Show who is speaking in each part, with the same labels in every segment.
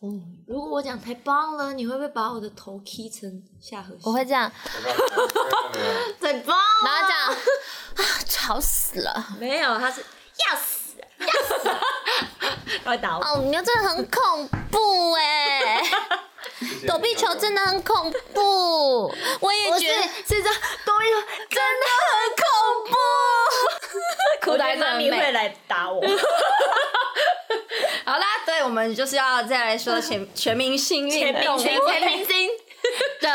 Speaker 1: 哦，如果我讲太棒了，你会不会把我的头劈成下颌线？
Speaker 2: 我会这样，
Speaker 1: 太棒
Speaker 2: 然
Speaker 1: 了，
Speaker 2: 后这样 啊，吵死了！
Speaker 1: 没有，他是要死要死，他会 打我。
Speaker 2: 哦，你们真的很恐怖哎、躲避球真
Speaker 3: 的
Speaker 2: 的很恐怖，我也
Speaker 1: 我是
Speaker 2: 觉得
Speaker 1: 是这样，多一个
Speaker 2: 真的很恐怖。哭
Speaker 1: 我觉
Speaker 2: 来
Speaker 1: 得妈
Speaker 2: 的
Speaker 1: 咪会
Speaker 2: 美，
Speaker 1: 来打 我。
Speaker 4: 好啦，对，我们就是要再来说 全全民幸运
Speaker 1: 全民
Speaker 4: 动物
Speaker 1: 全全明 星，
Speaker 2: 的，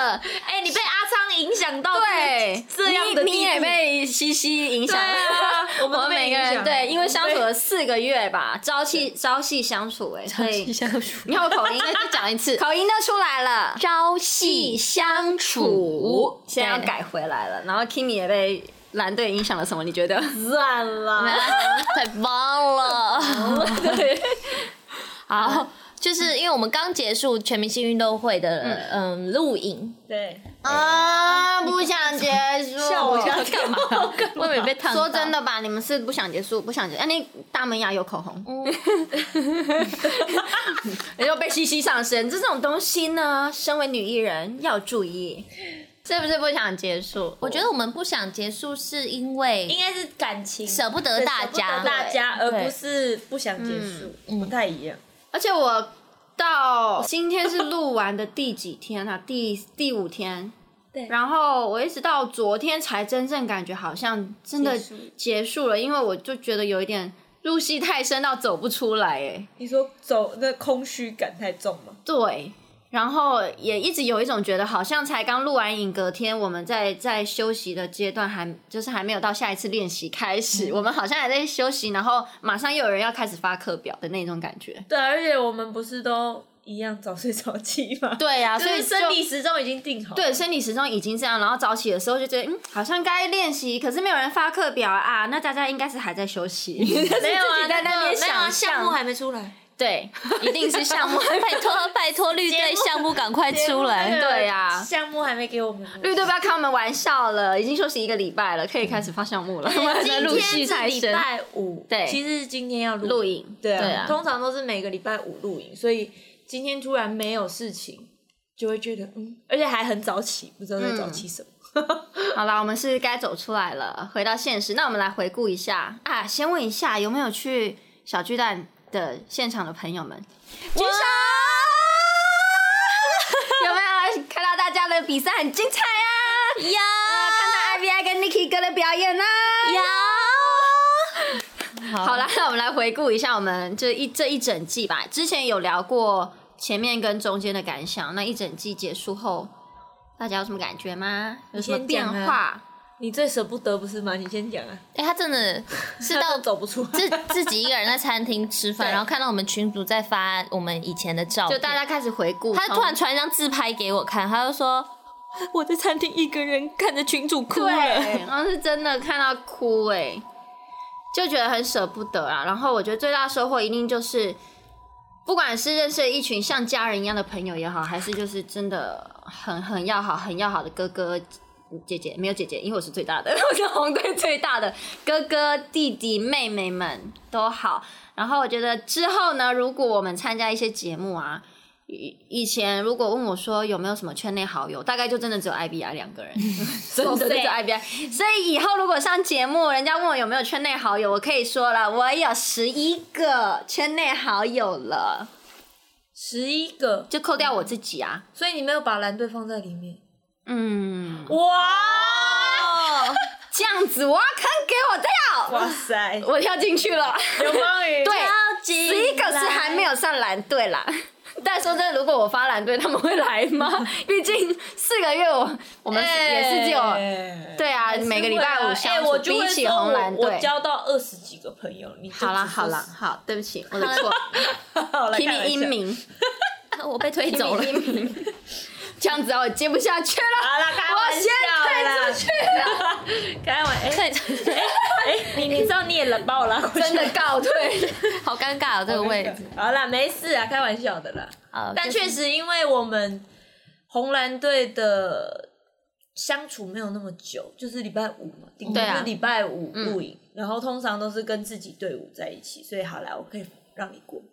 Speaker 1: 哎、你被阿昌影响到
Speaker 4: 对，
Speaker 1: 这样的
Speaker 4: 你
Speaker 1: 地
Speaker 4: 你也
Speaker 1: 步
Speaker 4: 被西西影响了。
Speaker 1: 对啊我们都被
Speaker 4: 我们每个
Speaker 1: 影
Speaker 4: 人
Speaker 1: 响
Speaker 4: 对，因为相处了四个月吧，朝夕朝夕相处哎、所以
Speaker 2: 相处，
Speaker 4: 你看我口音，
Speaker 2: 再讲一 次，
Speaker 4: 口音都出来了。
Speaker 2: 朝夕相处
Speaker 4: 五，，现在要改回来了。然后 Kimi 也被蓝队影响了什么？你觉得？
Speaker 1: 算啊了。
Speaker 2: 太棒了！
Speaker 4: 对，
Speaker 2: 好，就是因为我们刚结束全明星运动会的嗯录影，
Speaker 1: 对，
Speaker 4: 啊，不想结束。
Speaker 1: 笑我 要干嘛？
Speaker 2: 我以为被烫到
Speaker 4: 说真，的吧，你们是不想结束，不想结束。哎、那大门牙有口红，
Speaker 2: 哦
Speaker 4: 也就被西西上身。这种东西呢，身为女艺人要注意，是不是不想结束？
Speaker 2: 我觉得我们不想结束是因为
Speaker 1: 应该是感情
Speaker 2: 舍不得大
Speaker 1: 舍
Speaker 2: 家
Speaker 1: 不得，大家，
Speaker 4: 对
Speaker 1: 而不是不想结束，不太一样。
Speaker 4: 而且我到今天是录完的第几天啊？第第五天。
Speaker 1: 对
Speaker 4: 然后我一直到昨天才真正感觉好像真的
Speaker 1: 结束
Speaker 4: 结束了，因为我就觉得有一点入戏太深到走不出来，哎，
Speaker 1: 你说走那空虚感太重吗？
Speaker 4: 对。然后也一直有一种觉得好像才刚录完影，隔天我们在在休息的阶段还就是还没有到下一次练习开始，我们好像还在休息，然后马上又有人要开始发课表的那种感觉。
Speaker 1: 对，啊而且我们不是都一样早睡早起 吗？，
Speaker 4: 对呀、啊，
Speaker 1: 就
Speaker 4: 所以
Speaker 1: 是
Speaker 4: 就
Speaker 1: 生理时钟已经定好。
Speaker 4: 对，，生理时钟已经这样，然后早起的时候就觉得，嗯，好像该练习，可是没有人发课表啊，那大家应该是还在休 息，
Speaker 1: 没有
Speaker 4: 自
Speaker 1: 啊，
Speaker 4: 己在那边
Speaker 1: 没有啊，
Speaker 4: 想象
Speaker 1: 项目还没出来。
Speaker 4: 对，一定是项目
Speaker 2: 拜托拜托绿队项目赶快出来，
Speaker 4: 对啊呀
Speaker 1: 项目还没给我们。
Speaker 4: 绿队不要开我们玩笑了，已经休息一个礼拜了，可以开始发项目了， 我
Speaker 1: 今
Speaker 4: 们陆续
Speaker 1: 天是
Speaker 4: 太
Speaker 1: 礼
Speaker 4: 深。
Speaker 1: 拜五，
Speaker 4: 对
Speaker 1: 其实是今天要
Speaker 4: 录
Speaker 1: 影，
Speaker 4: 影，
Speaker 1: 对
Speaker 2: 对
Speaker 1: 啊
Speaker 2: 啊，
Speaker 1: 通常都是每个礼拜五录影，所以今天突然没有事情，就会觉得嗯，而且还很早起，不知道在早起什么。
Speaker 4: 好啦，我们是该走出来了，回到现实。那我们来回顾一下啊，先问一下有没有去小巨蛋的现场的朋友们，举手，有没 有看到大家的比赛很精彩啊？
Speaker 2: 有
Speaker 4: 看到 IVI 跟 Niki 哥的表演啦、
Speaker 2: 有，
Speaker 4: 好啦，那我们来回顾一下我们这一这一整季吧。之前有聊过前面跟中间的感想，那一整季结束后，大家有什么感觉吗？有什么
Speaker 1: 你先
Speaker 4: 变
Speaker 1: 讲啊
Speaker 4: 化？
Speaker 1: 你最舍不得不是吗？你先讲啊，
Speaker 2: 哎，他真的是
Speaker 1: 他
Speaker 2: 到
Speaker 1: 都走不出 来。
Speaker 2: 自自己一个人在餐厅吃饭，
Speaker 1: 对
Speaker 2: 然后看到我们群主在发我们以前的照
Speaker 4: 就
Speaker 2: 片，
Speaker 4: 大家开始回顾，
Speaker 2: 他
Speaker 4: 从
Speaker 2: 突然传一张自拍给我看，他就说我在餐厅一个人看着群主哭了。
Speaker 4: 对，然后是真的看到哭哎、就觉得很舍不得啊。然后我觉得最大的收获一定就是，不管是认识了一群像家人一样的朋友也好，还是就是真的很很要好、很要好的哥哥。姐姐没有姐姐，因为我是最大的， 我是红队最大的哥哥、弟弟、妹妹们都好。然后我觉得之后呢，如果我们参加一些节目啊，以以前如果问我说有没有什么圈内好友，大概就真的只有 IBI 两个人，真 的只有 IBI。所以以后如果上节目，人家问我有没有圈内好友，我可以说了，我有十一个圈内好友了，
Speaker 1: 十一个，
Speaker 4: 就扣掉我自己啊。
Speaker 1: 所以你没有把蓝队放在里面。
Speaker 4: 嗯，
Speaker 1: 哇！
Speaker 4: 这样子挖坑给我
Speaker 1: 哇塞
Speaker 4: 跳，，我跳进去了。
Speaker 1: 刘邦 宇，
Speaker 4: 对，
Speaker 2: 级
Speaker 4: 十一个是还没有上蓝队啦。但说真的，如果我发蓝队，他们会来 吗？毕竟四个月我我们也是只有、
Speaker 1: 哎
Speaker 4: 对啊，每个礼拜五
Speaker 1: 哎、
Speaker 4: 相处，
Speaker 1: 我就
Speaker 4: 比
Speaker 1: 会
Speaker 4: 起
Speaker 1: 说
Speaker 4: 红蓝
Speaker 1: 我我
Speaker 4: 队。
Speaker 1: 交到二十几个朋友，你就
Speaker 4: 好啦
Speaker 1: 只
Speaker 4: 好啦
Speaker 1: 说，
Speaker 4: 好，对不起，我的错
Speaker 1: 好啦开玩
Speaker 4: ，Kimi
Speaker 1: 笑
Speaker 4: 英明，
Speaker 2: 我被推走了。
Speaker 4: 英明，这样子啊，我接不下去了。
Speaker 1: 好啦，开玩
Speaker 4: 我
Speaker 1: 笑啦，开玩 哎哎哎，你你知道你也冷爆了，
Speaker 4: 真的告退，
Speaker 2: 好尴尬哦，这个位 置。
Speaker 1: 好啦，没事啊，开玩笑的啦。
Speaker 2: 好
Speaker 1: 但
Speaker 2: 就是
Speaker 1: 确实，因为我们红蓝队的相处没有那么久，就是礼拜五嘛，顶多
Speaker 2: 对啊
Speaker 1: 就礼拜五录影，然后通常都是跟自己队伍在一起，所以好啦，我可以让你过。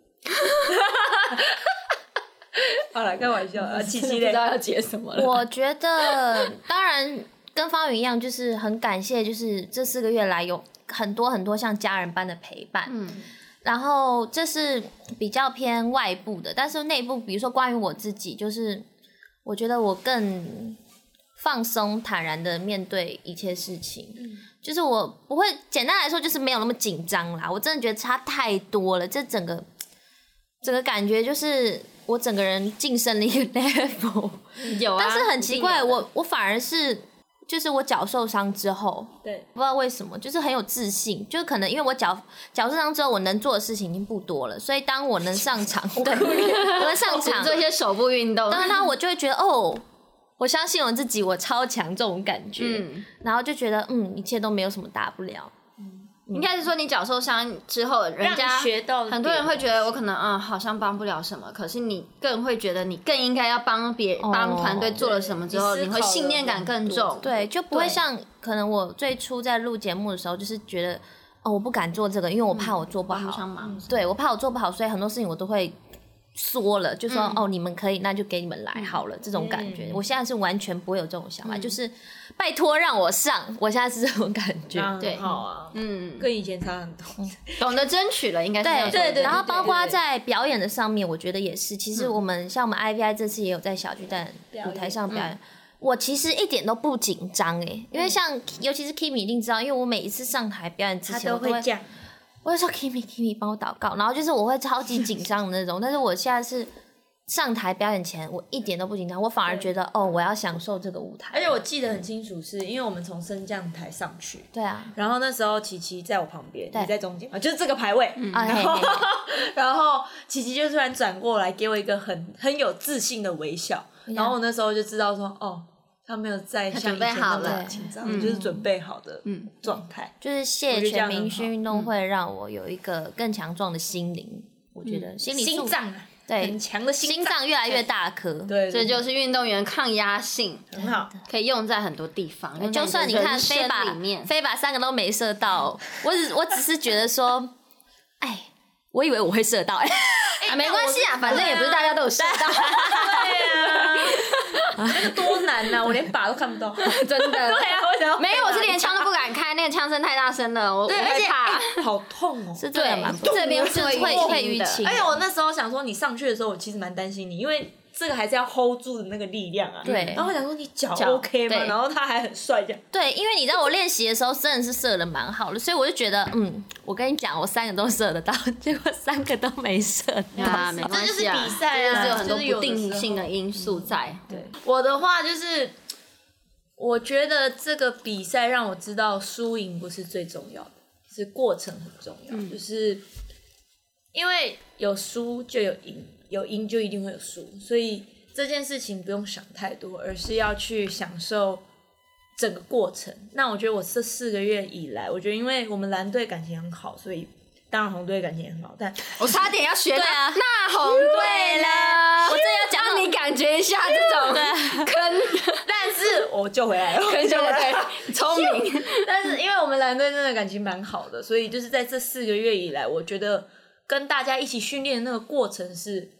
Speaker 1: 好了，开玩笑 啊，七七嘞，
Speaker 3: 要解什么。
Speaker 2: 我觉得，当然跟方宇一样，就是很感谢，就是这四个月来有很多很多像家人般的陪伴。嗯，然后这是比较偏外部的，但是内部，比如说关于我自己，就是我觉得我更放松、坦然的面对一切事情。就是我不会，简单来说就是没有那么紧张啦。我真的觉得差太多了，这整个整个感觉就是我整个人晋升了一个 level。
Speaker 4: 有啊，
Speaker 2: 但是很奇怪，
Speaker 4: 一定有的
Speaker 2: 我我反而是就是我脚受伤之后，
Speaker 1: 对，
Speaker 2: 不知道为什么，就是很有自信，就是可能因为我脚脚受伤之后，我能做的事情已经不多了，所以当我能上 场，对，我能上场，
Speaker 4: 做一些手部运动，
Speaker 2: 当然我就会觉得哦，我相信我自己，我超强这种感觉，
Speaker 4: 嗯，
Speaker 2: 然后就觉得嗯，一切都没有什么大不了，
Speaker 4: 应该是说你脚受伤之后，人家
Speaker 1: 让你学到
Speaker 4: 很多人会觉得我可能啊、好像帮不了什么，可是你更会觉得你更应该要帮别
Speaker 2: 哦
Speaker 4: 帮团队做了什么之后，
Speaker 1: 对
Speaker 4: 你会信念感更
Speaker 1: 你思考了
Speaker 4: 重
Speaker 1: 很。多
Speaker 2: 对，就不会
Speaker 4: 对
Speaker 2: 像可能我最初在录节目的时候，就是觉得哦，我不敢做这个，因为我怕我做不
Speaker 4: 帮不
Speaker 2: 好
Speaker 4: 上，忙，
Speaker 2: 对我怕我做不好，所以很多事情我都会缩了，就说、
Speaker 4: 嗯
Speaker 2: 哦，你们可以，那就给你们来好了，这种感觉。我现在是完全不会有这种想法，就是拜托让我上，我现在是这种感觉。
Speaker 1: 对，
Speaker 4: 对
Speaker 1: 好啊，
Speaker 4: 嗯，
Speaker 1: 跟以前差很多。
Speaker 4: 懂得争取了，应该是
Speaker 2: 对嗯
Speaker 4: 这样说的
Speaker 2: 然后包括
Speaker 1: 对对
Speaker 2: 在表演的上面，我觉得也是。其实我们像我们 IVI 这次也有在小巨蛋舞台上表演，我其实一点都不紧张诶，因为像尤其是 Kimi 一定知道，因为我每一次上台表演之前，我都会
Speaker 1: 讲，
Speaker 2: 我会说 Kimi Kimi 帮我祷告，然后就是我会超级紧张的那 种，但是我现在是上台表演前我一点都不紧张，我反而觉得哦，我要享受这个舞台。
Speaker 1: 而且我记得很清楚，是因为我们从升降台上去，
Speaker 2: 对啊，
Speaker 1: 然后那时候琪琪在我旁边，
Speaker 2: 对
Speaker 1: 你在中间嘛，就是这个排位。
Speaker 2: 啊嘿
Speaker 1: 然
Speaker 2: 嘿
Speaker 1: 后
Speaker 2: 嘿，
Speaker 1: 然后琪琪就突然转过来给我一个很很有自信的微笑，然后我那时候就知道说，哦，他没有再像以前那
Speaker 4: 哎准备好嗯
Speaker 1: 么
Speaker 2: 了
Speaker 1: 紧张，就是准备好的状态。
Speaker 2: 就是
Speaker 1: 我
Speaker 2: 谢
Speaker 1: 觉得这
Speaker 2: 全
Speaker 1: 样很啊嗯
Speaker 2: 明星
Speaker 1: 好
Speaker 2: 运动会让我有一个更强壮的心灵，我觉得心理素
Speaker 1: 心脏啊，
Speaker 2: 对
Speaker 1: 很强的心
Speaker 2: 心脏越来越大颗，
Speaker 1: 对，
Speaker 4: 这
Speaker 1: 对
Speaker 4: 就是运动员抗压性，
Speaker 1: 很好。
Speaker 4: 可以用在很多地方，用在
Speaker 2: 就算你看非
Speaker 4: 人生
Speaker 2: 把
Speaker 4: 里面，
Speaker 2: 非把三个都没射到，我只我只是觉得 说，哎，我以为我会射到，哎，
Speaker 4: 啊没关系啊，反正也不是大家都有射到，
Speaker 1: 那个多难啊呐、我连靶都看不到。
Speaker 4: 真的。
Speaker 1: 对啊，我想要
Speaker 4: 没有，我是连枪都不敢开，那个枪声太大声了，我我
Speaker 1: 对，而
Speaker 4: 会
Speaker 1: 且、
Speaker 4: 怕。
Speaker 1: 哎好痛哦。
Speaker 2: 是真的蛮不错
Speaker 4: 这边是
Speaker 2: 会
Speaker 4: 会
Speaker 2: 会
Speaker 4: 晕
Speaker 2: 淤
Speaker 4: 的
Speaker 2: 青，
Speaker 1: 而且我那时候想说，你上去的时候，我其实蛮担心你，因为这个还是要 hold 住的那个力量啊。
Speaker 2: 对
Speaker 1: 然后我想说，你脚
Speaker 2: 脚
Speaker 1: OK 吗？
Speaker 2: 对
Speaker 1: 然后他还很帅，这样
Speaker 2: 对，因为你知道我练习的时候真的是射的蛮好的，所以我就觉得，嗯，我跟你讲，我三个都射得到， 结果三个都没射到。
Speaker 4: 啊，没关系啊，
Speaker 1: 这就是比赛啊
Speaker 4: 这
Speaker 1: 就
Speaker 4: 就是有
Speaker 1: 是
Speaker 4: 很
Speaker 1: 有
Speaker 4: 多
Speaker 1: 的
Speaker 4: 不定性的嗯因素在。
Speaker 1: 对，我的话就是，我觉得这个比赛让我知道输赢不是最重要的，是过程很重要。就是因为有输就有赢，有赢就一定会有输，所以这件事情不用想太多，而是要去享受。整个过程，那我觉得我这四个月以来，我觉得因为我们蓝队感情很好，所以当然红队感情也很好，但
Speaker 4: 我差点要学
Speaker 2: 对啊
Speaker 4: 那那红队了，
Speaker 2: 我真的要讲
Speaker 4: 让你感觉一下这种 坑
Speaker 1: 但是我救回 来了，
Speaker 4: 坑就对，聪明。
Speaker 1: 但是因为我们蓝队真的感情蛮好的，所以就是在这四个月以来，我觉得跟大家一起训练的那个过程是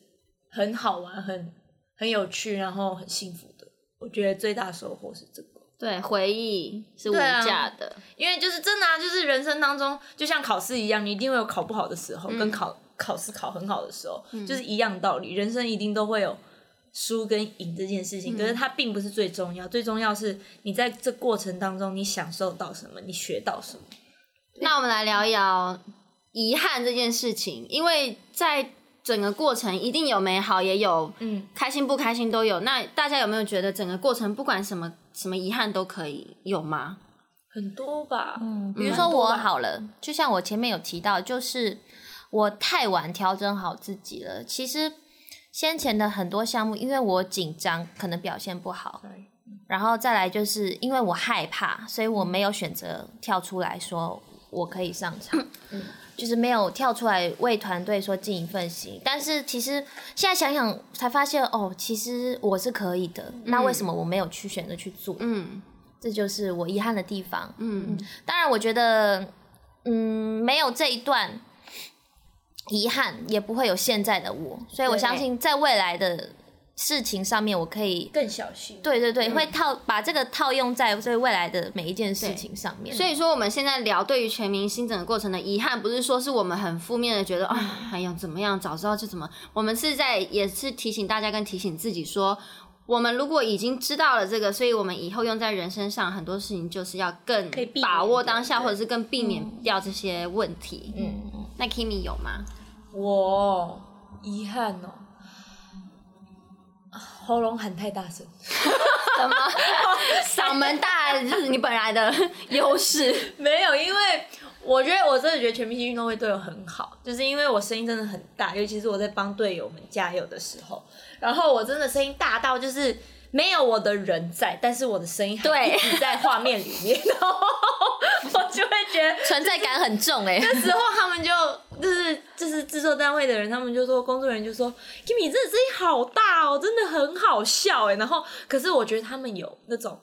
Speaker 1: 很好玩、很很有趣，然后很幸福的。我觉得最大收获是这个，
Speaker 4: 对，回忆是无
Speaker 1: 对啊
Speaker 4: 价的。
Speaker 1: 因为就是真的啊，就是人生当中就像考试一样，你一定会有考不好的时候，跟考考试考很好的时候，就是一样道理。人生一定都会有输跟赢这件事情，可是它并不是最重要，最重要是你在这过程当中你享受到什么，你学到什么。
Speaker 4: 那我们来聊一聊遗憾这件事情，因为在整个过程一定有美好，也有
Speaker 1: 嗯
Speaker 4: 开心不开心都有。那大家有没有觉得整个过程不管什么什么遗憾都可以有吗？
Speaker 1: 很多吧，嗯，
Speaker 2: 比如说我好了，就像我前面有提到，就是我太晚调整好自己了。其实先前的很多项目，因为我紧张，可能表现不好，然后再来就是因为我害怕，所以我没有选择跳出来说我可以上场，就是没有跳出来为团队说尽一份心。但是其实现在想想才发现，哦，其实我是可以的。那为什么我没有去选择去做？
Speaker 4: 嗯
Speaker 2: 这就是我遗憾的地方。
Speaker 4: 嗯
Speaker 2: 当然，我觉得，嗯，没有这一段，遗憾，也不会有现在的我。所以我
Speaker 1: 对
Speaker 2: 相信，在未来的事情上面，我可以
Speaker 1: 更小心。
Speaker 2: 对对
Speaker 4: 嗯
Speaker 2: 对，会套把这个套用在对未来的每一件事情上面。
Speaker 4: 所以说，我们现在聊对于全民新整的过程的遗憾，不是说是我们很负面的觉得啊，哎呀怎么样，早知道就怎么。我们是在也是提醒大家跟提醒自己说，我们如果已经知道了这个，所以我们以后用在人身上很多事情就是要更
Speaker 1: 以避免
Speaker 4: 把握
Speaker 1: 掉
Speaker 4: 当下，
Speaker 1: 对
Speaker 4: 或者是更避免掉这些问题。
Speaker 1: 嗯，
Speaker 4: 那 Kimi 有吗？
Speaker 1: 我遗憾哦，啊喉咙喊太大声。
Speaker 4: 什么嗓门大就是你本来的优势？
Speaker 1: 没有，因为我觉得我真的觉得全明星运动会对我很好，就是因为我声音真的很大，尤其是我在帮队友们加油的时候，然后我真的声音大到就是没有我的人在，但是我的声音还
Speaker 4: 对
Speaker 1: 一直在画面里面， 然后我就会觉得
Speaker 2: 存在感很重哎、
Speaker 1: 那时候他们就就是就是制作单位的人，他们就说工作人员就说 Kimi 你这声音好大哦，真的很好笑哎。然后可是我觉得他们有那种。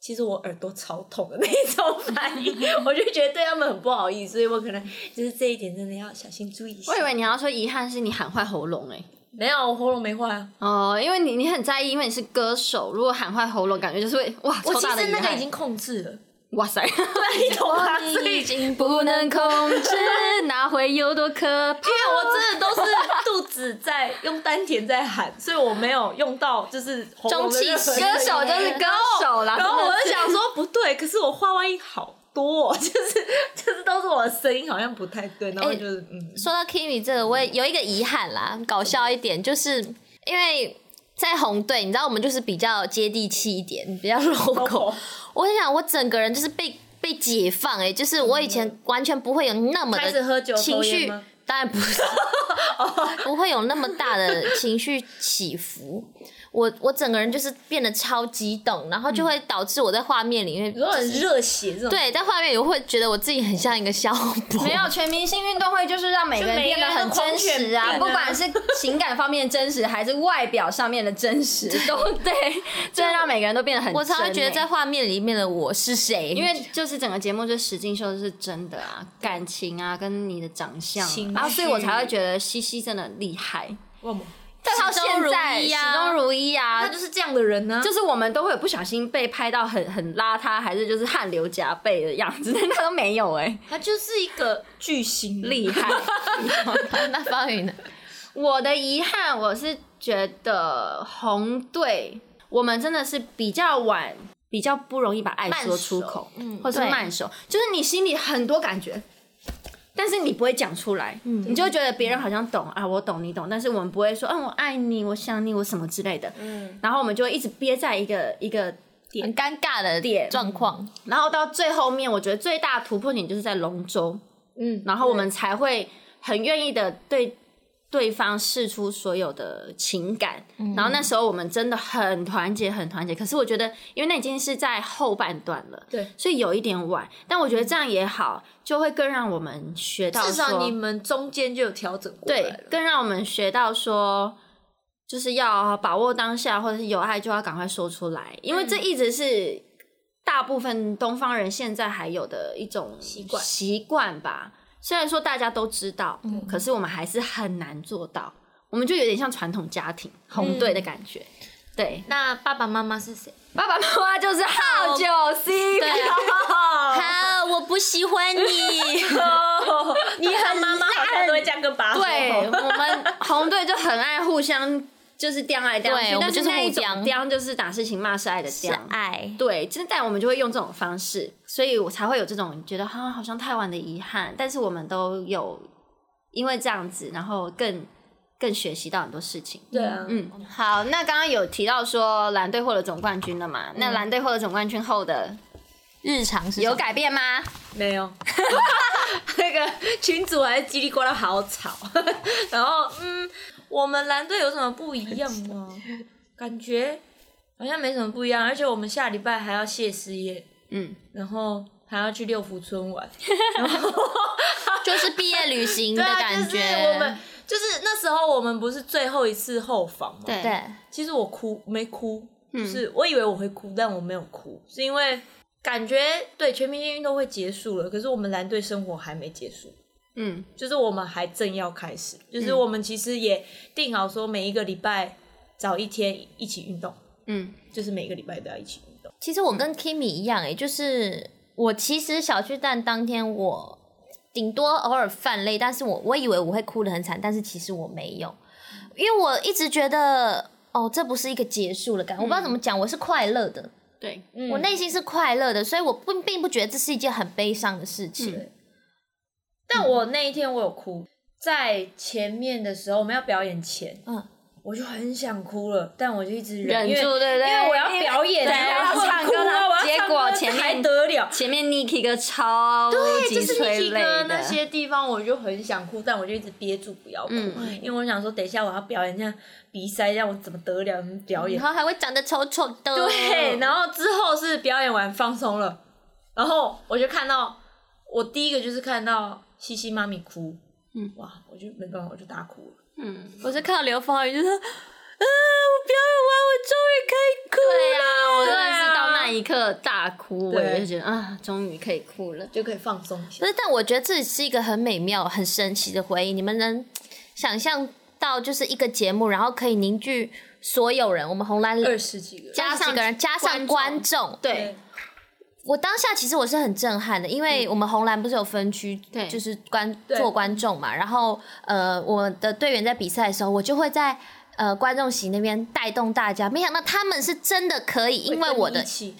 Speaker 1: 其实我耳朵超痛的那一种反应， 我就觉得对他们很不好意思，所以我可能就是这一点真的要小心注意一下。
Speaker 4: 我以为你要说遗憾是你喊坏喉咙哎、
Speaker 1: 没有，我喉咙没坏啊。
Speaker 4: 哦，因为你你很在意，因为你是歌手，如果喊坏喉咙，感觉就是会哇，
Speaker 1: 我
Speaker 4: 超
Speaker 1: 其
Speaker 4: 大的
Speaker 1: 实
Speaker 4: 遗
Speaker 1: 那个
Speaker 4: 憾
Speaker 1: 已经控制 了，
Speaker 4: 哇塞，
Speaker 1: 对，你 懂吗？所以
Speaker 2: 已经
Speaker 4: 啊不能控制， 那会有多可怕？
Speaker 1: 因为我真的都是肚子在用丹田在喊，所以我没有用到就是喉咙的任何
Speaker 2: 中气
Speaker 1: 一个
Speaker 2: 歌手就是
Speaker 4: 歌手啦
Speaker 1: 然后然后我
Speaker 4: 真的
Speaker 1: 就是想说不对，可是我画外音好多、哦， 就是就是都是我的声音好像不太对，然后就是、嗯，
Speaker 2: 说到 Kimi 这个，我也有一个遗憾啦，搞笑一点，就是因为在红队，你知道我们就是比较接地气一点，比较 local。我跟你讲，我整个人就是被被解放哎、就是我以前完全不会有那么
Speaker 1: 开始喝
Speaker 2: 的
Speaker 1: 酒
Speaker 2: 情
Speaker 1: 抽烟
Speaker 2: 绪
Speaker 1: 吗，
Speaker 2: 当然不 是，不会有那么大的情绪起伏。我我整个人就是变得超激动，然后就
Speaker 1: 嗯
Speaker 2: 会导致我在画面里面，
Speaker 1: 如果很热血这种，
Speaker 2: 对，在画面里我会觉得我自己很像一个消防。
Speaker 4: 没有全明星运动会，就是让每个人
Speaker 1: 就每
Speaker 4: 变
Speaker 1: 个
Speaker 4: 得
Speaker 1: 人
Speaker 4: 很
Speaker 1: 都狂
Speaker 4: 真实
Speaker 1: 犬病
Speaker 4: 啊，
Speaker 1: 啊
Speaker 4: 不管是情感方面真实，还是外表上面的真实，都 对，真的让每个人都变得很真欸。
Speaker 2: 我常常觉得在画面里面的我是谁，
Speaker 4: 因为就是整个节目就是实境秀是真的啊，感情啊跟你的长相
Speaker 1: 情
Speaker 4: 啊，啊所以我
Speaker 1: 绪
Speaker 4: 才会觉得西西真的厉害。
Speaker 1: 为什么？
Speaker 4: 但到
Speaker 2: 始终
Speaker 4: 现
Speaker 2: 如
Speaker 4: 在
Speaker 2: 一啊
Speaker 4: 始终如一啊，
Speaker 1: 他就是这样的人呢、
Speaker 4: 就是我们都会有不小心被拍到很很邋遢，还是就是汗流浃背的样子，但他都没有哎、
Speaker 1: 他就是一个巨星，
Speaker 4: 厉害。
Speaker 2: 那方云呢？
Speaker 4: 我的遗憾，我是觉得红队我们真的是比较晚，比较不容易把爱说出口，嗯，或是
Speaker 2: 对
Speaker 4: 慢熟，就是你心里很多感觉。但是你不会讲出来，你就会觉得别人好像懂啊，我懂你懂，但是我们不会说，嗯，我爱你，我想你，我什么之类的，嗯，然后我们就会一直憋在一个一个
Speaker 2: 很尴尬的
Speaker 4: 点
Speaker 2: 状况，
Speaker 4: 然后到最后面，我觉得最大的突破点就是在龙舟，
Speaker 1: 嗯，
Speaker 4: 然后我们才会很愿意的对对方试出所有的情感。
Speaker 1: 嗯
Speaker 4: 然后那时候我们真的很团结，很团结。可是我觉得，因为那已经是在后半段了，
Speaker 1: 对，
Speaker 4: 所以有一点晚。但我觉得这样也好，就会更让我们学到
Speaker 1: 至少
Speaker 4: 说
Speaker 1: 你们中间就有调整过来
Speaker 4: 对
Speaker 1: 了，，
Speaker 4: 更让我们学到说，就是要把握当下，或者是有爱就要赶快说出来，因为这
Speaker 2: 嗯
Speaker 4: 一直是大部分东方人现在还有的一种习
Speaker 1: 惯
Speaker 4: 习惯吧。虽然说大家都知道，
Speaker 2: 嗯
Speaker 4: 可是我们还是很难做到。我们就有点像传统家庭红队的感觉，
Speaker 2: 嗯
Speaker 4: 对，
Speaker 1: 那爸爸妈妈是谁？
Speaker 4: 爸爸妈妈就是好酒 C
Speaker 2: 对好，我不喜欢你，
Speaker 1: 你和妈妈好像都会这样跟爸说。
Speaker 4: 对，我们红队就很爱互相就是刁来刁
Speaker 2: 对
Speaker 4: 去，
Speaker 2: 我们
Speaker 4: 但
Speaker 2: 就是是
Speaker 4: 那一
Speaker 2: 互刁
Speaker 4: 种刁就是打是情骂是爱的
Speaker 2: 是
Speaker 4: 刁。
Speaker 2: 爱。
Speaker 4: 对，就是但我们就会用这种方式，所以我才会有这种觉得啊，好像太晚的遗憾。但是我们都有因为这样子，然后更更学习到很多事情。
Speaker 1: 对啊，
Speaker 4: 嗯，好，那刚刚有提到说蓝队获得总冠军了嘛？那蓝队获得总冠军后的
Speaker 2: 日常是
Speaker 4: 有
Speaker 2: 感
Speaker 4: 改变吗？
Speaker 1: 没有。 那个群主还叽里呱啦好吵， 然后嗯，我们蓝队有什么不一样吗？感觉好像没什么不一样，而且我们下礼拜还要谢师宴，
Speaker 4: 嗯，
Speaker 1: 然后还要去六福村玩，
Speaker 2: 就是毕业旅行
Speaker 1: 对
Speaker 2: 的
Speaker 1: 啊，
Speaker 2: 感觉，
Speaker 1: 就是我们就是那时候我们不是最后一次后访吗？
Speaker 4: 对
Speaker 2: 对，嗯
Speaker 1: 其实我哭没哭，就是我以为我会哭，但我没有哭，是因为感觉对全明星运动会结束了，可是我们蓝队生活还没结束，
Speaker 4: 嗯
Speaker 1: 就是我们还正要开始，就是我们其实也定好说每一个礼拜找一天一起运动，
Speaker 4: 嗯
Speaker 1: 就是每个礼拜都要一起运动。
Speaker 2: 其实我跟 Kimi 一样、欸，哎，就是我其实小巨蛋当天我顶多偶尔泛泪，但是我我以为我会哭得很惨，但是其实我没有，
Speaker 4: 嗯
Speaker 2: 因为我一直觉得哦，这不是一个结束的感，我不知道怎
Speaker 4: 嗯
Speaker 2: 么讲，我是快乐的，
Speaker 4: 对，
Speaker 1: 嗯
Speaker 2: 我内心是快乐的，所以我并并不觉得这是一件很悲伤的事情。
Speaker 4: 嗯
Speaker 1: 但我那一天我有哭，在前面的时候我们要表演前，
Speaker 2: 嗯
Speaker 1: 我就很想哭了，但我就一直
Speaker 4: 忍
Speaker 1: 因为
Speaker 4: 住对不对
Speaker 1: 因为我要表演
Speaker 4: 对
Speaker 1: 啊，然后
Speaker 4: 要唱
Speaker 1: 哭
Speaker 4: 歌
Speaker 1: 啊，我要
Speaker 4: 结
Speaker 1: 唱
Speaker 4: 果
Speaker 1: 歌
Speaker 4: 前
Speaker 1: 这还
Speaker 4: 面
Speaker 1: 得了。
Speaker 4: 前面 Niki 哥超
Speaker 1: 对，
Speaker 4: 级
Speaker 1: 就是
Speaker 4: 催
Speaker 1: Niki
Speaker 4: 泪
Speaker 1: 哥
Speaker 4: 的，
Speaker 1: 那些地方，我就很想哭，但我就一直憋住不要哭，
Speaker 4: 嗯
Speaker 1: 因为我想说，等一下我要表演一下鼻塞，让我怎么得了嗯表演
Speaker 2: 然。后还会长得丑丑的，嗯
Speaker 1: 对，然后之后是表演完放松了，然后我就看到我第一个就是看到西西妈咪哭，
Speaker 4: 嗯，
Speaker 1: 哇，我就没办法，我就大哭了。
Speaker 4: 嗯，
Speaker 2: 我是看到刘芳雨就是，啊，我表演完我终于可以哭了。
Speaker 4: 对啊，我真的
Speaker 1: 对
Speaker 4: 是
Speaker 1: 啊
Speaker 4: 到那一刻大哭，我
Speaker 1: 对
Speaker 4: 也就觉得啊，终于可以哭了。
Speaker 1: 就可以放松一下
Speaker 2: 不。是，但我觉得这是一个很美妙、很神奇的回忆。你们能想象到，就是一个节目，然后可以凝聚所有人，我们红蓝
Speaker 1: 二十几个人，
Speaker 2: 加上几个人，加上观
Speaker 4: 观
Speaker 2: 众。
Speaker 4: 对，
Speaker 2: 我当下其实我是很震撼的，因为我们红蓝不是有分区，
Speaker 4: 对
Speaker 2: 就是观
Speaker 1: 对
Speaker 2: 做观众嘛。然后呃，我的队员在比赛的时候，我就会在。呃，观众席那边带动大家，没想到他们是真的可以，因为我的
Speaker 1: 一起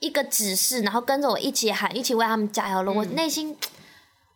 Speaker 2: 一个指示，然后跟着我一起喊，一起为他们加油了。我内心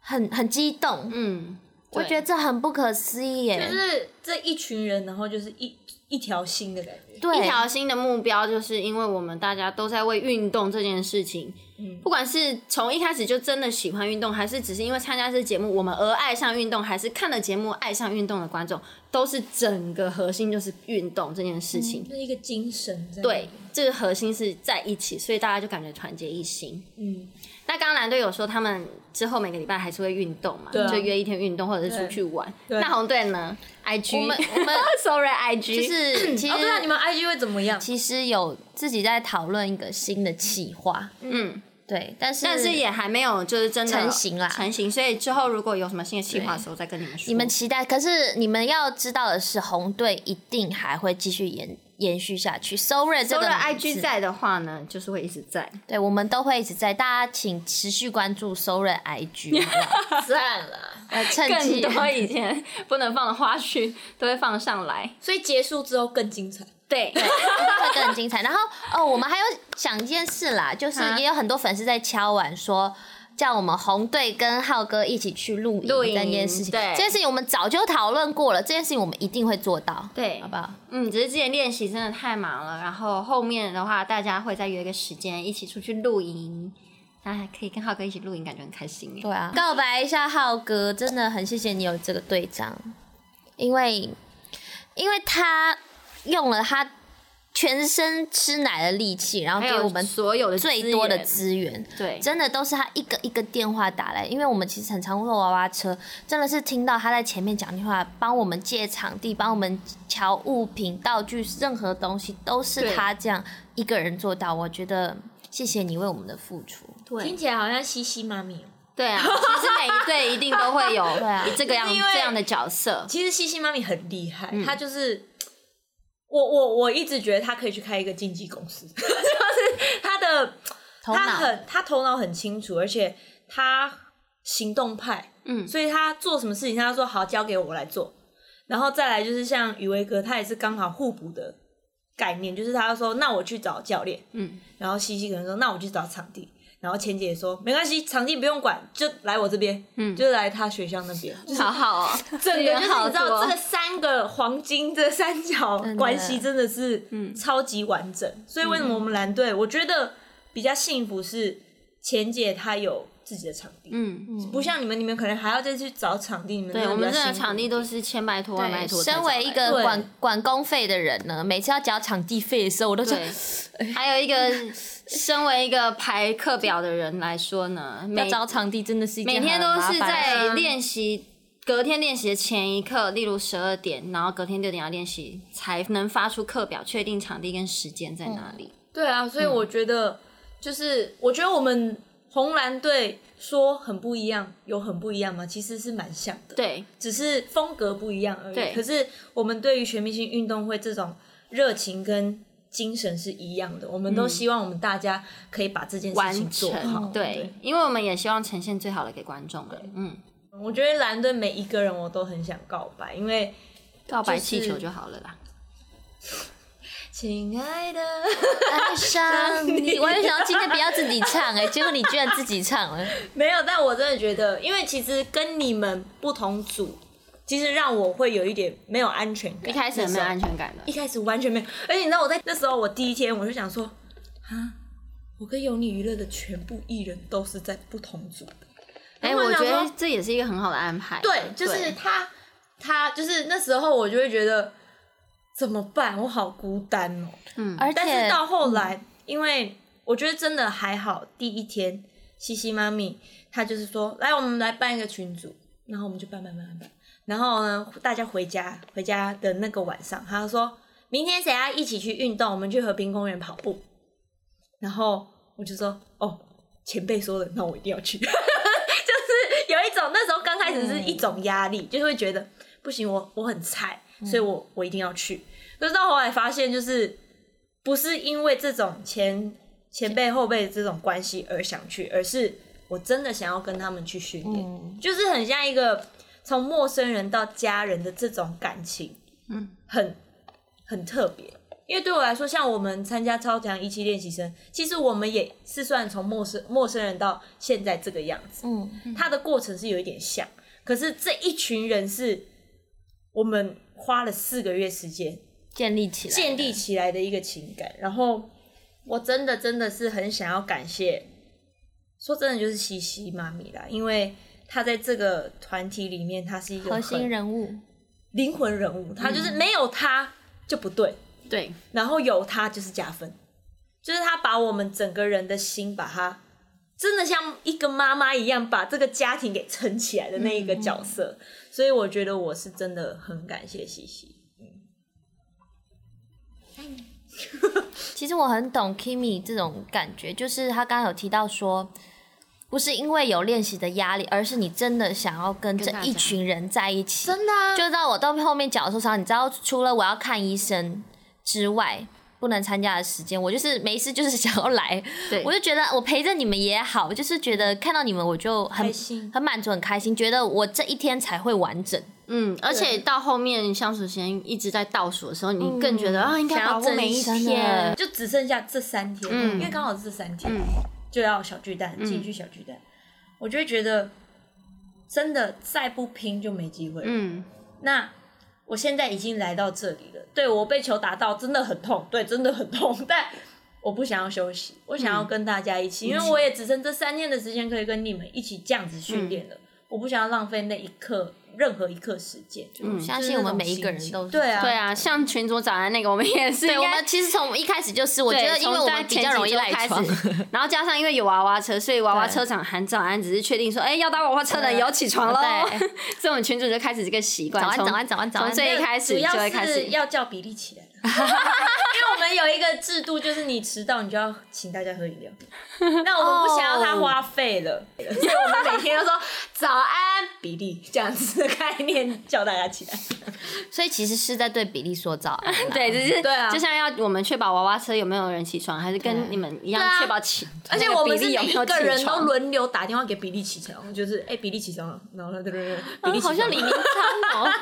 Speaker 2: 很很激动，
Speaker 4: 嗯，
Speaker 2: 我觉得这很不可思议
Speaker 1: 就
Speaker 2: 耶。
Speaker 1: 是这一群人，然后就是一一条心的感觉。
Speaker 2: 对，
Speaker 4: 一条新的目标，就是因为我们大家都在为运动这件事情，
Speaker 2: 嗯
Speaker 4: 不管是从一开始就真的喜欢运动，还是只是因为参加这节目我们而爱上运动，还是看了节目爱上运动的观众，都是整个核心就是运动这件事
Speaker 2: 嗯
Speaker 4: 情。
Speaker 1: 就是一个精神在。
Speaker 4: 对，，这个核心是在一起，所以大家就感觉团结一心。
Speaker 1: 嗯，
Speaker 4: 那刚刚蓝队有说他们之后每个礼拜还是会运动嘛，
Speaker 1: 对啊
Speaker 4: 就约一天运动或者是出去玩。
Speaker 1: 对
Speaker 4: 那红队呢？IG，
Speaker 2: 我们我们
Speaker 4: sorry IG，
Speaker 2: 就 是其
Speaker 1: 哦，对啊，你
Speaker 2: 实
Speaker 1: 们 IG 会怎么样？
Speaker 2: 其实有自己在讨论一个新的企划，
Speaker 4: 嗯，
Speaker 2: 对，但是
Speaker 4: 但是也还没有就是真的
Speaker 2: 成型啦
Speaker 4: 成型。所以之后如果有什么新的计划的时候再跟你们说。
Speaker 2: 你们期待，可是你们要知道的是，红队一定还会继续延延续下去。So r 这
Speaker 4: 除
Speaker 2: 个
Speaker 4: 了
Speaker 2: 名字
Speaker 4: IG 在的话呢，就是会一直 在。
Speaker 2: 对我们都会一直在，大家请持续关注 So r IG，好不 好
Speaker 1: 赞啦！
Speaker 2: 呃，趁
Speaker 4: 更
Speaker 2: 机
Speaker 4: 多以前不能放的花絮 都会放上来。
Speaker 1: 所以结束之后更精彩。
Speaker 4: 对，
Speaker 2: 会更精彩。然后哦，我们还有讲一件事啦，就是
Speaker 4: 啊
Speaker 2: 也有很多粉丝在敲碗说。叫我们红队跟浩哥一起去露营
Speaker 4: 露营
Speaker 2: 这件事情，
Speaker 4: 对
Speaker 2: 这件事情我们早就讨论过了，这件事情我们一定会做到，啊
Speaker 4: 对
Speaker 2: 好不好？
Speaker 4: 嗯，只是之前练习真的太忙了，然后后面的话大家会再约一个时间一起出去露营，那还可以跟浩哥一起露营，感觉很开心耶。
Speaker 2: 对啊，告白一下浩哥，真的很谢谢你有这个队长，因为因为他用了他全身吃奶的力气，然后
Speaker 4: 还
Speaker 2: 给
Speaker 4: 有
Speaker 2: 我们
Speaker 4: 所有的
Speaker 2: 最多的
Speaker 4: 资
Speaker 2: 资源，
Speaker 4: 源，对，
Speaker 2: 真的都是他一个一个电话打来，因为我们其实很常坐娃娃车，真的是听到他在前面讲电话，帮我们借场地，帮我们瞧物品、道具，任何东西都是他这样一个人做到。我觉得谢谢你为我们的付 出，
Speaker 1: 听
Speaker 4: 对，
Speaker 1: 起来好像西西妈咪哦。
Speaker 4: 对啊，其实每一队一定都会有
Speaker 2: 对啊
Speaker 4: 这个样
Speaker 1: 就是因为
Speaker 4: 这样的角色，
Speaker 1: 其实西西妈咪很厉害，她就是我我我一直觉得她可以去开一个经纪公司， 就是她的
Speaker 2: 头
Speaker 1: 她
Speaker 2: 脑
Speaker 1: 很她头脑很清楚，而且她行动派，
Speaker 4: 嗯
Speaker 1: 所以她做什么事情，她说好交给我来做。然后再来就是像宇威哥，他也是刚好互补的概念，就是他说那我去找教练，
Speaker 4: 嗯，
Speaker 1: 然后西西可能说那我去找场地。然后钱姐也说没关系，场地不用管，就来我这边，嗯，就来他学校那边，就是
Speaker 4: 好好哦，
Speaker 2: 啊
Speaker 1: 整个就是你知
Speaker 4: 资源好
Speaker 1: 道
Speaker 4: 多
Speaker 1: 这个三个黄金这三角
Speaker 2: 真的
Speaker 1: 关系真的是
Speaker 4: 嗯
Speaker 1: 超级完整，所以为什么我们蓝队我觉得比较幸福是钱姐她有自己的场地，
Speaker 4: 嗯，
Speaker 1: 不像你们你们可能还要再去找场地，你们
Speaker 4: 对，我们
Speaker 1: 这
Speaker 4: 这个场地都是千拜托万拜托才找
Speaker 2: 身
Speaker 4: 来的，
Speaker 2: 为一个
Speaker 1: 对
Speaker 2: 管管工费的人呢，每次要交场地费的时候，我都说
Speaker 4: 对，还有一个身为一个排课表的人来说呢，
Speaker 2: 要
Speaker 4: 每
Speaker 2: 找场地真的是一
Speaker 4: 每
Speaker 2: 件很
Speaker 4: 天都
Speaker 2: 麻
Speaker 4: 是
Speaker 2: 烦啊的事
Speaker 4: 在练习，隔天练习的前一刻，例如十二点，然后隔天六点要练习，才能发出课表，确
Speaker 1: 嗯
Speaker 4: 定场地跟时间在哪里。
Speaker 1: 对啊，所以我觉得就是我觉得我们红蓝队说很不一样，有很不一样吗？其实是蛮像的，
Speaker 4: 对，
Speaker 1: 只是风格不一样而已。
Speaker 4: 对
Speaker 1: 可是我们对于全明星运动会这种热情跟精神是一样的，我们都希望我们大家可以把这件事情
Speaker 4: 嗯完
Speaker 1: 做好。哦
Speaker 4: 成，对，因为我们也希望呈现最好的给观众嘛。嗯，
Speaker 1: 我觉得蓝队每一个人我都很想告白，因为
Speaker 4: 告白气
Speaker 1: 就是
Speaker 4: 球就好了啦。
Speaker 1: 亲爱 的，
Speaker 2: 爱上你， 我还想要今天不要自己唱哎、结果你居然自己唱了，
Speaker 1: 没有，但我真的觉得，因为其实跟你们不同组，其实让我会有一点没有安全感。
Speaker 4: 一开始很没有安全感的
Speaker 1: 一，开始完全没有，而且你知道我在那时候，我第一天我就想说，啊，我跟有你娱乐的全部艺人都是在不同组的。
Speaker 4: 哎、
Speaker 1: 然后
Speaker 4: 我觉
Speaker 1: 想说
Speaker 4: 得这也是一个很好的安排。
Speaker 1: 对，就是他，他就是那时候我就会觉得怎么办，我好孤单哦。
Speaker 2: 而
Speaker 1: 但是
Speaker 2: 且
Speaker 1: 到后来，因为我觉得真的还好，第一天西西妈咪她就是说，来我们来办一个群组，然后我们就办办办办办，然后呢大家回家回家的那个晚上，她就说明天谁要一起去运动，我们去和平公园跑步，然后我就说哦前辈说的，那我一定要去， 就是有一种那时候刚开始是一种压力，就是会觉得不行，我我很菜，所以我我一定要去。可是到后来发现，就是不是因为这种前前辈后辈的这种关系而想去，而是我真的想要跟他们去训练，就是很像一个从陌生人到家人的这种感情，
Speaker 4: 嗯，
Speaker 1: 很很特别。因为对我来说，像我们参加超强一期练习生，其实我们也是算从陌生陌生人到现在这个样子，
Speaker 2: 嗯，
Speaker 1: 它的过程是有一点像，可是这一群人是我们花了四个月时间
Speaker 2: 建立起来，
Speaker 1: 建立起来的一个情感。然后我真的真的是很想要感谢，说真的就是西西妈咪啦，因为她在这个团体里面，她是一个
Speaker 2: 核心
Speaker 1: 很
Speaker 2: 人物，
Speaker 1: 灵魂人物，她就是没有她就不对，
Speaker 4: 对，
Speaker 1: 然后有他就是加分，就是他把我们整个人的心，把他真的像一个妈妈一样，把这个家庭给撑起来的那一个角色。所以我觉得我是真的很感谢西西。
Speaker 2: 其实我很懂 Kimi 这种感觉，就是他刚刚有提到说，不是因为有练习的压力，而是你真的想要跟这
Speaker 4: 大家
Speaker 2: 一群人在一起。
Speaker 1: 真的啊
Speaker 2: 就到我到后面脚受伤，你知道，除了我要看医生之外，不能参加的时间，我就是没事，就是想要来，
Speaker 4: 对，
Speaker 2: 我就觉得我陪着你们也好，就是觉得看到你们我就很
Speaker 1: 开心
Speaker 2: 很满足、很开心，觉得我这一天才会完整。
Speaker 4: 嗯，而且到后面相处时间一直在倒数的时候，你更
Speaker 2: 嗯
Speaker 4: 觉得、啊，应该
Speaker 1: 想
Speaker 4: 把
Speaker 1: 要
Speaker 4: 握
Speaker 1: 珍
Speaker 4: 每一
Speaker 1: 惜
Speaker 2: 啊
Speaker 4: 天。
Speaker 1: 就只剩下这三天，因为刚好是这三天、就要小巨蛋进去小巨蛋，我就会觉得真的再不拼就没机会了。
Speaker 4: 嗯，
Speaker 1: 那我现在已经来到这里了，对我被球打到真的很痛，对，真的很痛， 但我不想要休息，我想要跟大家一起，因为我也只剩这三天的时间可以跟你们一起这样子训练了，我不想要浪费那一刻任何一刻时间。嗯，
Speaker 2: 相信我们每一个人都是
Speaker 1: 对啊，
Speaker 4: 对啊，像群主早安那个，我们 也是应
Speaker 2: 对，
Speaker 4: 该，
Speaker 2: 我们其实从一开始就是，我觉
Speaker 4: 对
Speaker 2: 得因为我
Speaker 4: 从在
Speaker 2: 们比较
Speaker 4: 前几
Speaker 2: 容易
Speaker 4: 周
Speaker 2: 赖
Speaker 4: 开
Speaker 2: 床，
Speaker 4: 始然后加上因为有娃娃车，所以娃娃
Speaker 2: 对
Speaker 4: 车长喊早安，只是确定说，哎、要搭娃娃车的也要起床喽
Speaker 2: 对。
Speaker 4: 所以我们群主就开始这个习惯，
Speaker 2: 早安
Speaker 4: 从
Speaker 2: 早安早安早安
Speaker 4: 从最一开
Speaker 1: 主
Speaker 4: 始就
Speaker 1: 要
Speaker 4: 会开始
Speaker 1: 是。要叫比例起来 了，因为我们有一个制度，就是你迟到你就要请大家喝饮料。那我们不想要他花费了，所以我们每天都说早安比例这样子的概念叫大家起来。
Speaker 2: 所以其实 是在对比例说早安啦。
Speaker 4: 对，只是
Speaker 1: 对啊
Speaker 4: 就像要我们确保娃娃车有没有人起床，还是跟你们一样
Speaker 1: 对啊
Speaker 4: 确保起，
Speaker 1: 而且
Speaker 4: 那个
Speaker 1: 我们
Speaker 4: 比
Speaker 1: 是
Speaker 4: 例有
Speaker 1: 每
Speaker 4: 没
Speaker 1: 一
Speaker 4: 有
Speaker 1: 个
Speaker 4: 起
Speaker 1: 人都
Speaker 4: 床
Speaker 1: 轮流打电话给比利起床，就是哎、比利起床了，然后对对对，比利
Speaker 2: 哦好像李明昌哦，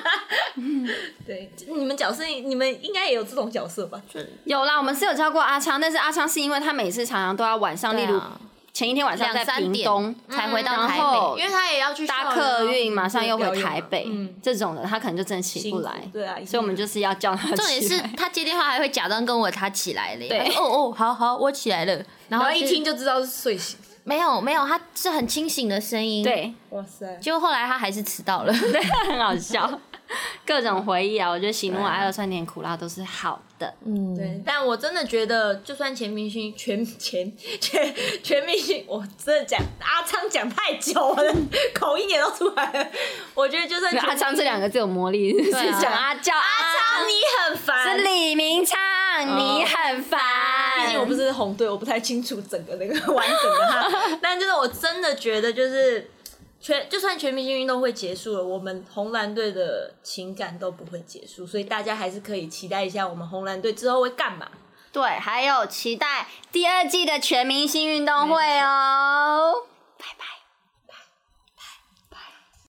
Speaker 1: 对，你们角色你们应该也有这种角色吧？
Speaker 4: 有啦，我们是有教过阿昌，但是阿昌是因为他每次常常都要晚上，例
Speaker 2: 对
Speaker 4: 如
Speaker 2: 啊
Speaker 4: 前一天晚上
Speaker 2: 两
Speaker 4: 在
Speaker 2: 三
Speaker 4: 屏东
Speaker 2: 点才回到
Speaker 4: 然
Speaker 2: 台
Speaker 4: 后
Speaker 2: 北，
Speaker 1: 因为他也要去校
Speaker 4: 搭
Speaker 1: 园啊
Speaker 4: 客运，马上又回台北，
Speaker 1: 嗯，
Speaker 4: 这种的他可能就真的起不
Speaker 1: 辛
Speaker 4: 来
Speaker 1: 苦，对啊一定
Speaker 4: 所以我们就是要叫 他起来。
Speaker 2: 重点是他接电话还会假装跟我他起来了耶，
Speaker 4: 对
Speaker 2: 他说哦哦，好好，我起来了。然
Speaker 1: 然
Speaker 2: 后
Speaker 1: 后一
Speaker 2: 是
Speaker 1: 听就知道是睡醒。
Speaker 2: 没有没有，他是很清醒的声音。，
Speaker 4: 对，
Speaker 1: 哇塞！
Speaker 2: 结果后来他还是迟到了。
Speaker 4: 很好笑，各种回忆啊，我觉得喜怒哀乐、酸甜苦辣都是好的。
Speaker 2: 嗯，
Speaker 1: 对，但我真的觉得，就算全明星全全全全明星，我真的讲阿昌讲太久了，我 的口音也都出来了。我觉得就算全
Speaker 4: 阿昌这两个字有魔力，是
Speaker 2: 啊
Speaker 4: 讲阿叫
Speaker 1: 阿
Speaker 4: 阿
Speaker 1: 昌你很烦，
Speaker 4: 是李明昌，你很烦。
Speaker 1: 啊毕竟我不是红队，我不太清楚整个那个完整的 他。但就是我真的觉得，就是全就算全明星运动会结束了，我们红蓝队的情感都不会结束，所以大家还是可以期待一下我们红蓝队之后会干嘛。
Speaker 4: 对，还有期待第二季的全明星运动会哦。